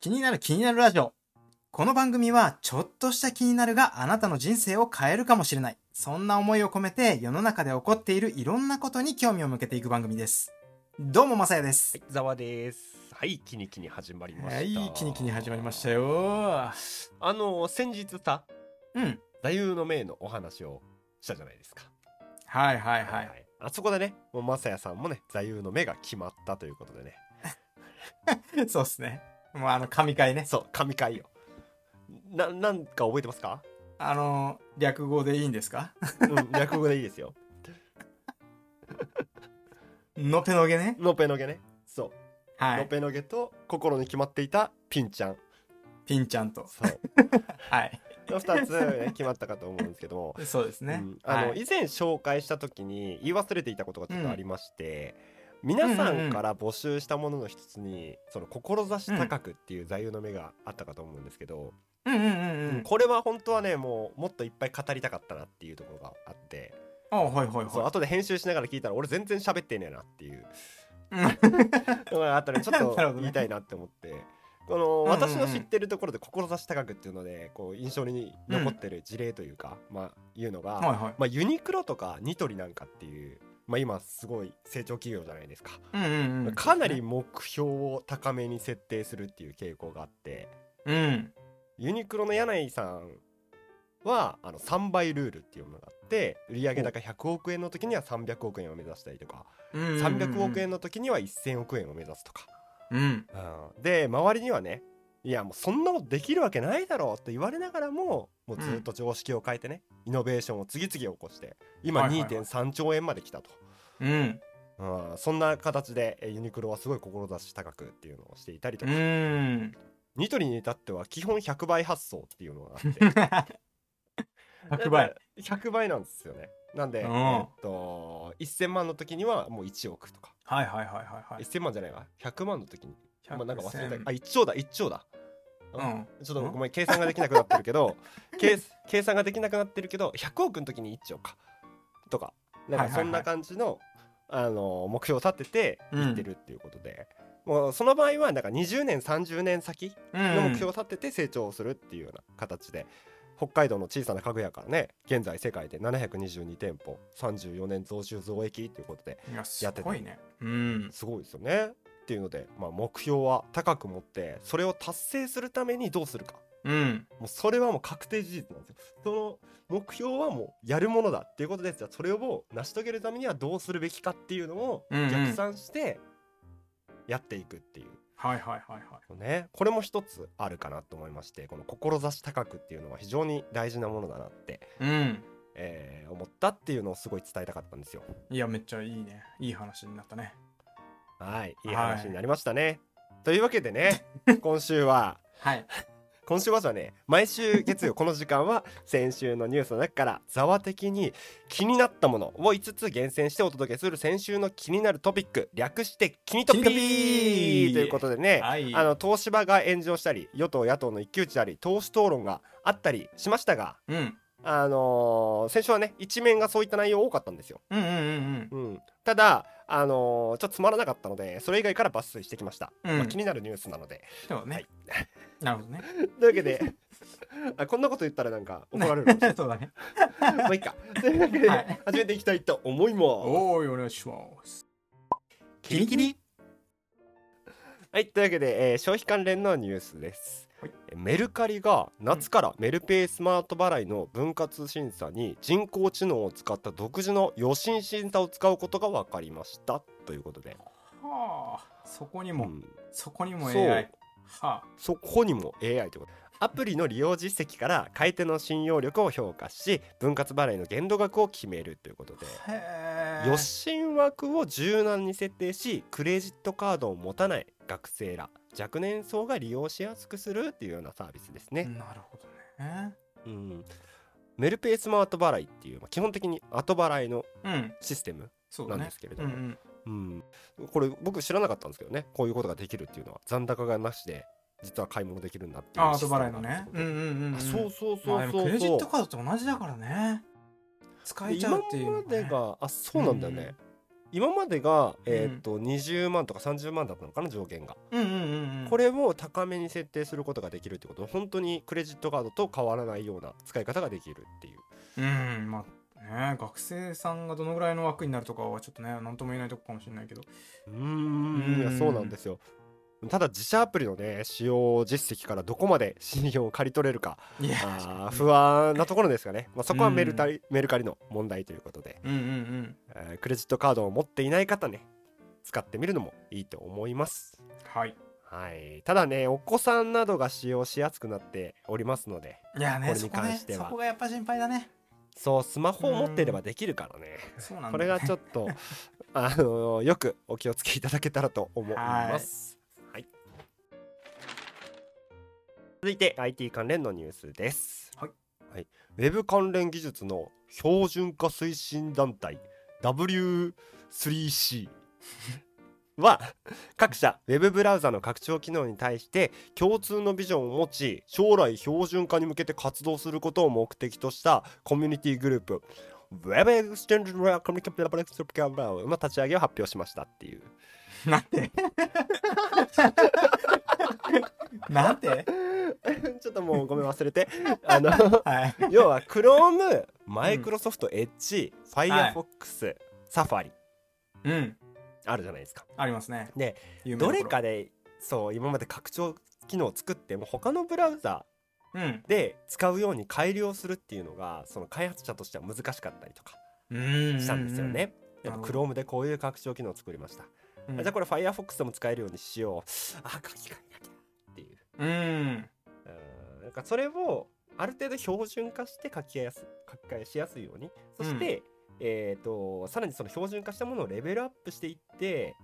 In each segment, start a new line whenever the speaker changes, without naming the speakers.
気になる気になるラジオ。この番組は、ちょっとした気になるがあなたの人生を変えるかもしれない。そんな思いを込めて、世の中で起こっているいろんなことに興味を向けていく番組です。どうも、まさやです。
ざわです。はい、キニキニ始まりました。
はい、気に気に始まりました。よ。
あの、先日さ、
うん。
座右の銘のお話をしたじゃないですか。
はいはいはい。
あそこでね、もうまさやさんもね、座右の銘が決まったということでね。
そうっすね。もうあの、神回ね。
そう、神回よ。な、なんか覚えてますか
あの、略語でいいんですか
うん、略語でいいですよ。
のぺのげね。
のぺのげね。そう、
は
の
い。
ぺのげと心に決まっていたピンちゃん。
ピンちゃんと。
そう。
はい。
の2つ、ね、決まったかと思うんですけども。
そうですね
うん。あの
はい
以前紹介した時に言い忘れていたことがちょっとありまして、皆さんから募集したものの一つに、その志高くっていう座右の銘があったかと思うんですけど、
うんうんうんうん。
これは本当はねもうもっといっぱい語りたかったなっていうところがあって、
あ、はいはい
そう
は
後で編集しながら聞いたら俺全然喋ってねえなっていう
い。うん
のがあったのでちょ っ
なるほ
と
どね
言いたいなって思って。この
うんうんうん
私の知ってるところで志高くっていうのでこう印象に残ってる事例というか、まあいうのが、
はいはい。
まあ、ユニクロとかニトリなんかっていう、まあ、今すごい成長企業じゃないですか、
うんうんうん。
かなり目標を高めに設定するっていう傾向があって
うん。
ユニクロの柳井さんはあの3倍ルールっていうものがあって売上高100億円の時には300億円を目指したりとか300億円の時には1000億円を目指すとか、
うん。
うんで周りにはねいやもうそんなことできるわけないだろうと言われながらももうずっと常識を変えてね、イノベーションを次々起こして今
はいはいはい
2.3兆円まで来たと、
うん。
うんそんな形でえユニクロはすごい志高くっていうのをしていたりと
う
か、
ん。
ニトリに至っては基本100倍発想っていうのがあって
100倍。
100倍なんですよねなんで、
うん
えっと1000万の時にはもう1億とか、
はいはいはいはいはい。
1000万じゃないわ100万の時にまあ、なんか忘れた
100
あ1兆だ1兆だ
うん。
ちょっと
ん
ごめん計算ができなくなってる けど計計算ができなくなってるけど100億の時に1兆かとかなん
はいはい
か
はい
そんな感じの、あの目標を立てて
うん
いってるっていうことで、もうその場合はなんか20年30年先
う
の目標を
ん。
立てて成長をするっていうような形で。北海道の小さな家具屋からね現在世界で722店舗34年増収増益ということで
いや、すごいね。うん。
すごいですよねっていうので、まあ、目標は高く持ってそれを達成するためにどうするか
うん。
もうそれはもう確定事実なんですよ。その目標はもうやるものだっていうことです。じゃあそれを成し遂げるためにはどうするべきかっていうのを
うんうん
逆算してやっていくっていう。
はいはいはいはい。
ね、これも一つあるかなと思いましてこの志高くっていうのは非常に大事なものだなって、
うん。
えー思ったっていうのをすごい伝えたかったんですよ
いや、めっちゃいいね。いい話になったね。
はいいい
はい
話になりましたね、というわけで ね今週は
はい。
今週はじゃね毎週月曜この時間は先週のニュースの中からざわ的に気になったものを5つ厳選してお届けする先週の気になるトピック略して「気にトピ
キニトピー
ということでね、
はい。
あの東芝が炎上したり与党野党の一騎打ちであり党首討論があったりしましたが、
うん。
あのー先週はね一面がそういった内容多かったんですよ。
うんうんうん
うん、ただ、あのーちょっとつまらなかったのでそれ以外から抜粋してきました、
うん。う
まあ
ん
気。になるニュースなので
そうね。なるほどね。
というわけであこんなこと言ったらなんか怒られるかもしれ ない
そうだね。
まあいい かというわけで
はい
始めていきたいと思いま
おーい、お願いします。
すキリキリはいというわけで、えー消費関連のニュースです、
はい
えーメルカリが夏からメルペイスマート払いの分割審査に人工知能を使った独自の予診審査を使うことが分かりましたということで、
はあ。そこに
う
も、
ん、
そこにも
そう
AI。はあ。
そこにも AI ということアプリの利用実績から買い手の信用力を評価し分割払いの限度額を決めるということで
へえ。
予。診枠を柔軟に設定しクレジットカードを持たない学生ら若年層が利用しやすくするっていうようなサービスですね、
なるほどね。
うんメルペイスマート払いっていう、まあ、基本的に後払いの
うん。
システム、
そうだ
なん
ね
ですけれ
う
ど
んう
も
ん。
うん、これ僕知らなかったんですけどねこういうことができるっていうのは残高がなしで実は買い物できるんだっていう
あー、
システ
後
ムが
払いのね。うんうんうんん。
あそうそう
まあでも
そうそう
クレジット
そ
カードと同じだからね。使
うで
えちゃうっていう
今
の
ま
が
で
ね。
があそうなんだよね、今までが、えーっと20万とか30万だったのかな上限が、
うんうんうんうん
これを高めに設定することができるってことは本当にクレジットカードと変わらないような使い方ができるっていう
うんまあね学生さんがどのぐらいの枠になるとかはちょっとね何とも言えないとこかもしれないけど
うーんい
うん
やそうなんですよただ自社アプリのね使用実績からどこまで信用を刈り取れるか
いや
あー不安なところですかね、まあ、そこはメルタリメルカリの問題ということで、
うんうんうん
えークレジットカードを持っていない方ね使ってみるのもいいと思います
はい
はいただねお子さんなどが使用しやすくなっておりますので
いやね
これ
そ
に
こね
関しては
そこがやっぱ心配だね
そうスマホを持っていればできるからね
そうなんだ
これがちょ
っ
っと あのよくお気をつけいただけたらと思います。はい続いて IT 関連のニュースです、
はい
はい、ウェブ関連技術の標準化推進団体 W3C は各社ウェブブラウザの拡張機能に対して共通のビジョンを持ち将来標準化に向けて活動することを目的としたコミュニティグループ Web Exchange Communication Platform の立ち上げを発表しましたっていう
と なんてなんて
ちょっともうごめん忘 れてあの
はい
要は Chrome、Microsoft Edge、Firefox、Safari
うん
あるじゃないですか
ありますね
ね
有名
ど
な
れ
とこ
かでそう今まで拡張機能を作っても他のブラウザ
ろうん
で使うように改良するっていうのがその開発者としては難しかったりとか
うん
したんですよね。
うんな
や
る
っぱ
ほ
Chrome でこういう拡張機能を作りました。
うん
あじゃあこれ Firefox でも使えるようにしよう。あ書き換えなきゃっていう。
うん
うんなんかそれをある程度標準化して書き換えやす書き換えしやすいようにそして、えー、とさらにその標準化したものをレベルアップしていって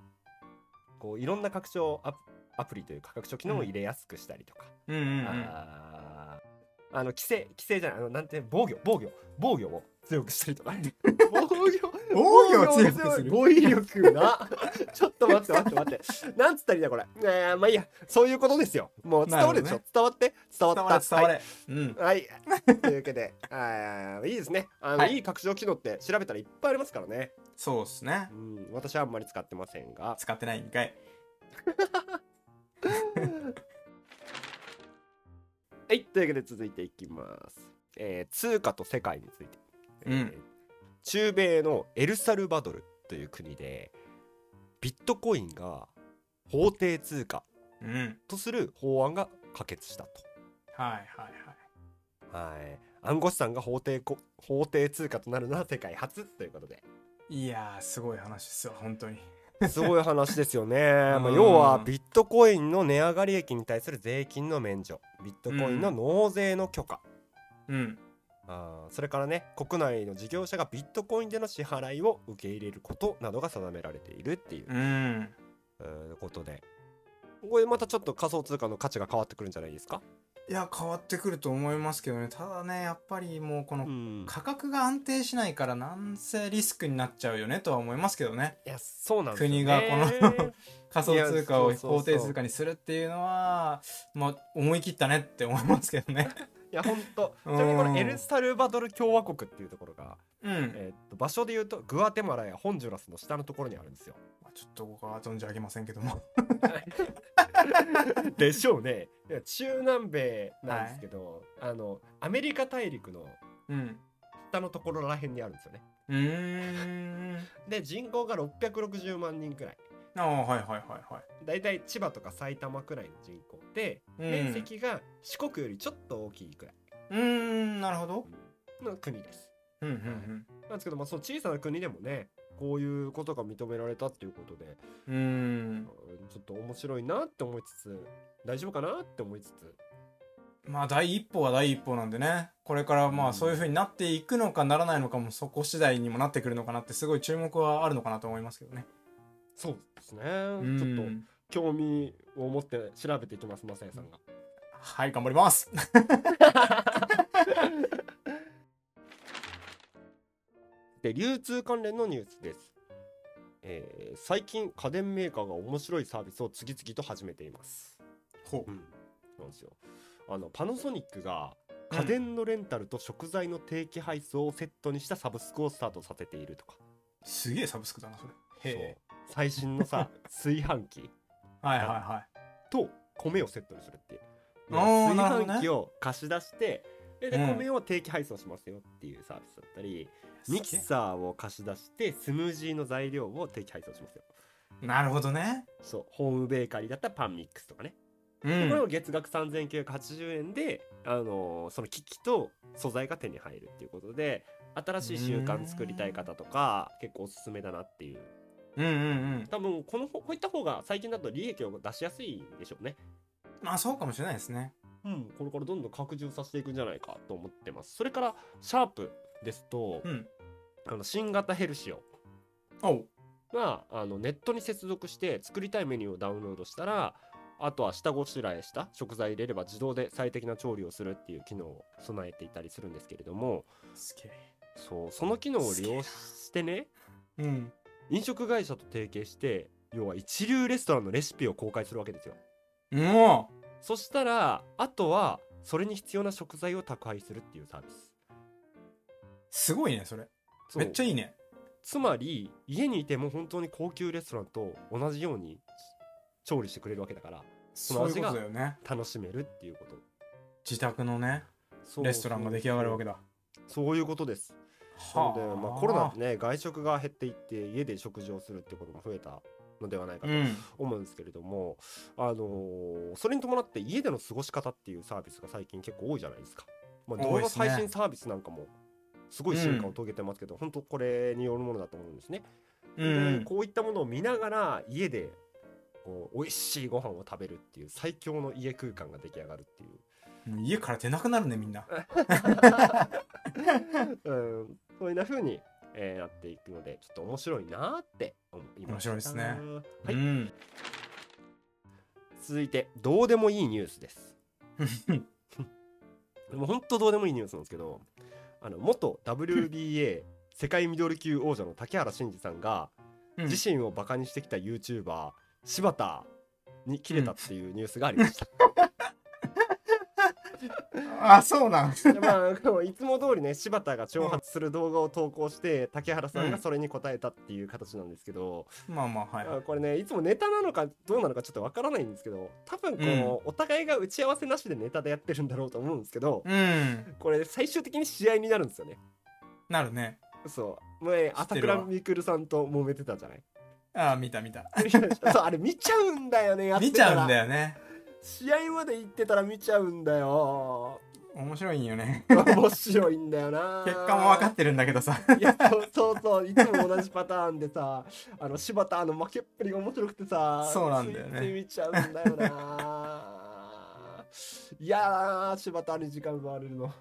こういろんな拡張アプアプリというか拡張機能を入れやすくしたりとか、
うんうんうん
あーあの規制規制じゃないあのなんていうの防御防御防御を強くしたりとか防御
防御を強くする
防御を強くする語彙力なちょっと待って待って待ってなんつったらいいんだこれえー、まあいいやそういうことですよもう伝わるでしょ、
なる
伝わって伝わった
伝われ伝われうん
はい、はい、というわけであーいいですねあの、
はい
い、い拡張機能って調べたらいっぱいありますからね、
そうっすね
うん、私はあんまり使ってませんが
使ってないんかい
はい、というわけで続いていきます。えー通貨と世界について、
うん
えー中米のエルサルバドルという国でビットコインが法定通貨
うん
とする法案が可決したと。
はいはいはい
はい暗号資産が法定こ法定通貨となるのは世界初ということで
いやーすごい話っすよ本当に
すごい話ですよね、ま
う
あ、
ん
要はビットコインの値上がり益に対する税金の免除ビットコインの納税の許可、
うん
あーそれからね国内の事業者がビットコインでの支払いを受け入れることなどが定められているっていう、
うん
えーことでこれまたちょっと仮想通貨の価値が変わってくるんじゃないですか、
いや変わってくると思いますけどねただねやっぱりもうこの
うん、
価格が安定しないからなんせリスクになっちゃうよねとは思いますけどね
いやそうなんですよ、ね、
国が この仮想通貨を
いやそうそうそう
法定通貨にするっていうのはまあ思い切ったねって思いますけどね
いやほんとち
うん
なみにこのエルサルバドル共和国っていうところが、
うん
えーっと場所で言うとグアテマラやホンジュラスの下のところにあるんですよ
まあちょっと僕は存じ上げませんけども
でしょうねいや中南米なんですけど、あのアメリカ大陸の
うん
下のところらへんにあるんですよね
うーん
で人口が660万人くらい
ああはいはいはいはい
だいたい千葉とか埼玉くらいの人口で、
うん
面積が四国よりちょっと大きいくらいう
ーんなるほど
の国です
うんうん
なんですけど、まあ、その小さな国でもねこういうことが認められたっていうことで
うんうーん
うんちょっと面白いなって思いつつ大丈夫かなって思いつつ
まあ第一歩は第一歩なんでねこれからま
う
あ
ん
そういう風になっていくのかならないのかもそこ次第にもなってくるのかなってすごい注目はあるのかなと思いますけどね。
そうです
う
ねちょっと
ん
興味を持って調べていきますマサヤさんが。
はい頑張ります。
で流通関連のニュースです、えー最近家電メーカーが面白いサービスを次々と始めています、
ほう。
そうなんですよあのパナソニックが家電のレンタルと食材の定期配送をセットにしたサブスクをスタートさせているとか、
すげえサブスクだなそれ。
そう
へ
最新 のさ炊飯器
えはいはいは
と米をセットにするっていう
おーなるほど
炊
ね
飯器を貸し出してでで
うん
米を定期配送しますよっていうサービスだったり、
い
ミキサーを貸し出してスムージーの材料を定期配送しますよ
なるほどね
そうホームベーカリーだったらパンミックスとかね、
う
でこれ
ん
を月額3980円で、あのーその機器と素材が手に入るっていうことで新しい習慣作りたい方とか結構おすすめだなっていう
うんうんうん
多分このこういった方が最近だと利益を出しやすいんでしょうね
まあそうかもしれないですね
うんこれからどんどん拡充させていくんじゃないかと思ってますそれからシャープですと、
うん
あの新型ヘルシオ
おう
があのネットに接続して作りたいメニューをダウンロードしたらあとは下ごしらえした食材入れれば自動で最適な調理をするっていう機能を備えていたりするんですけれども
すげえ
そうその機能を利用してね
うん
飲食会社と提携して要は一流レストランのレシピを公開するわけですよ
も
そしたらあとはそれに必要な食材を宅配するっていうサービス
うすごいねそれ
そ
め
う
っちゃいいね
つまり家にいても本当に高級レストランと同じように調理してくれるわけだから
そういう
味
こ
が
とだよね
楽しめるっていうこと
自宅のね
そう
レストランが出来上がるわけだ
そういうことですなので、まあ、コロナでね外食が減っていって家で食事をするってことも増えたのではないか
う
と
ん
思うんですけれども、あのーそれに伴って家での過ごし方っていうサービスが最近結構多いじゃないですか、まあ、動
多いで
画
すね
配信サービスなんかもすごい進化を遂げてますけど、本当これによるものだと思うんですね、
う
で
ん
こういったものを見ながら家でこう美味しいご飯を食べるっていう最強の家空間が出来上がるっていう
家から出なくなるねみんな
うん、そういうふうに、えーなっていくので、ちょっと面白いなーって思いました。
面白いですね
はい、
うん
続いて、どうでもいいニュースです。でも本当どうでもいいニュースなんですけど、あの元 WBA 世界ミドル級王者の竹原慎二さんが、
うん
自身をバカにしてきた YouTuber 柴田に切れたっていうニュースがあり ました。
あそうなん
でまあ、こういつも通りね柴田が挑発する動画を投稿して竹原さんがそれに応えたっていう形なんですけど、
まあまあはい
あこれねいつもネタなのかどうなのかちょっとわからないんですけど多分この、お互いが打ち合わせなしでネタでやってるんだろうと思うんですけど
うん
これ最終的に試合になるんですよね
なるね
そう
知
前
っ
朝
てるわ
倉未来さんと揉めてたじゃない
あ見た見た
そうあれ見ちゃうんだよねやって
見ち
たら
ゃうんだよね
試合まで行ってたら見ちゃうんだよ
面白いんよね
面白いんだよな
結果も分かってるんだけど さ
いやそうそうそういつも同じパターンでさあの柴田の負けっぷりが面白くてさ
そうなんだよね
ついつい見ちゃうんだよないやー柴田に時間奪われるの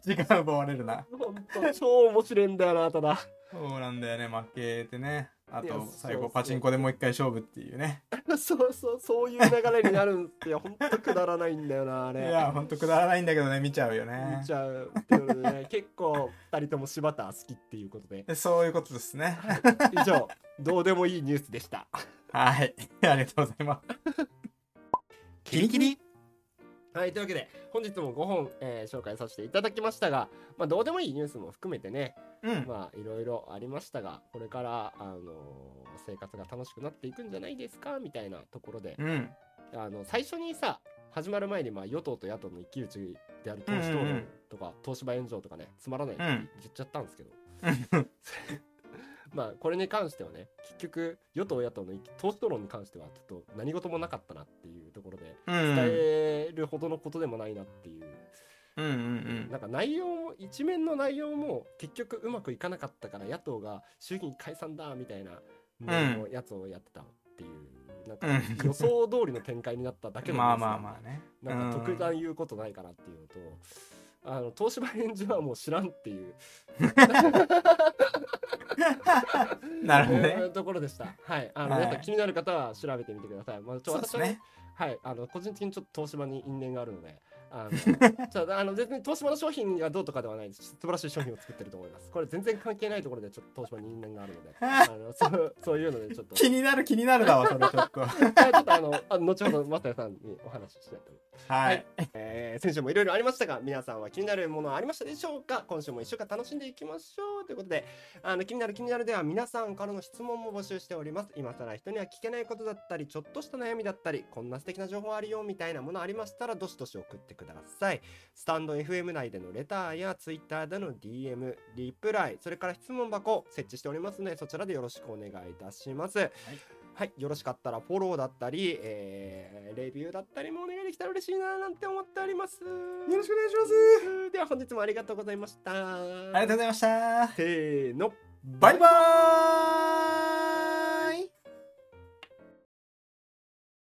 時間奪われるな
ほんと超面白いんだよなただ
そうなんだよね負けてねあ
いやそう
と
そう
最後パチンコでもう一回勝負っていうね
そうそうそういう流れになるんすよほんとくだらないんだよなあ
い
れ
やほんとくだらないんだけどね見ちゃうよね
見ちゃうっていうので ね結構2人とも柴田好きっていうことで
でそういうことですね
以上どうでもいいニュースでした
はい ありがとうございますキリキリ
はい、というわけで、本日も5本、えー紹介させていただきましたが、まあ、どうでもいいニュースも含めてね、
うん
まあ、いろいろありましたが、これから、あのー生活が楽しくなっていくんじゃないですか、みたいなところで、
うん
あの、最初にさ、始まる前に、まあ、与党と野党の一騎打ちである党首討
うんうんう
論
ん
とか、東芝炎上とかね、つまらないって
うん
言っちゃったんですけど、まあ、これに関してはね、結局、与党野党の一騎党首討論に関しては、ちょっと何事もなかったなっていうところで、
うん
伝えるほどのことでもないなっていう。
うんうん
なんか内容も一面の内容も結局うまくいかなかったから野党が衆議院解散だみたいなのやつをやってたっていう、なんか
うん
予想通りの展開になっただ
う
け
ん
の
まあ
ニュース
まあ
ん
まあ
で
ね
なんか特
うん
段言うことないからっていうのと、あの東芝炎上はもう知らんっていう、
なるほどね
えーところでした。はい、あの、
はい
皆さん気になる方は調べてみてください。まあ、ちょ
そうで
私
す
はね
ね
はい、あの個人的にちょっと東芝に因縁があるので、ああ のそうあの別に東芝の商品がどうとかではないです素晴らしい商品を作ってると思いますこれ全然関係ないところでちょっと東芝に因縁があるの であのそうそういうのでちょっと
気になる気になるだわ、それちょっと。 は
あちょっとあのあの後ほど松田さんにお話ししたいと思います、
い。
えー先週もいろいろありましたが皆さんは気になるものはありましたでしょうか今週も一週間楽しんでいきましょうということであの気になる気になるでは皆さんからの質問も募集しております今更人には聞けないことだったりちょっとした悩みだったりこんな素敵な情報あるよみたいなものありましたらどしどし送ってくださいスタンド FM 内でのレターや Twitter での DM リプライそれから質問箱設置しておりますのでそちらでよろしくお願いいたしますはい、よろしかったらフォローだったり、えーレビューだったりもお願いできたら嬉しいななんて思っておりますよ
ろしくお願いし
ますでは本日もありがとうございました
ありがとうございました。
せーの
バイバーイ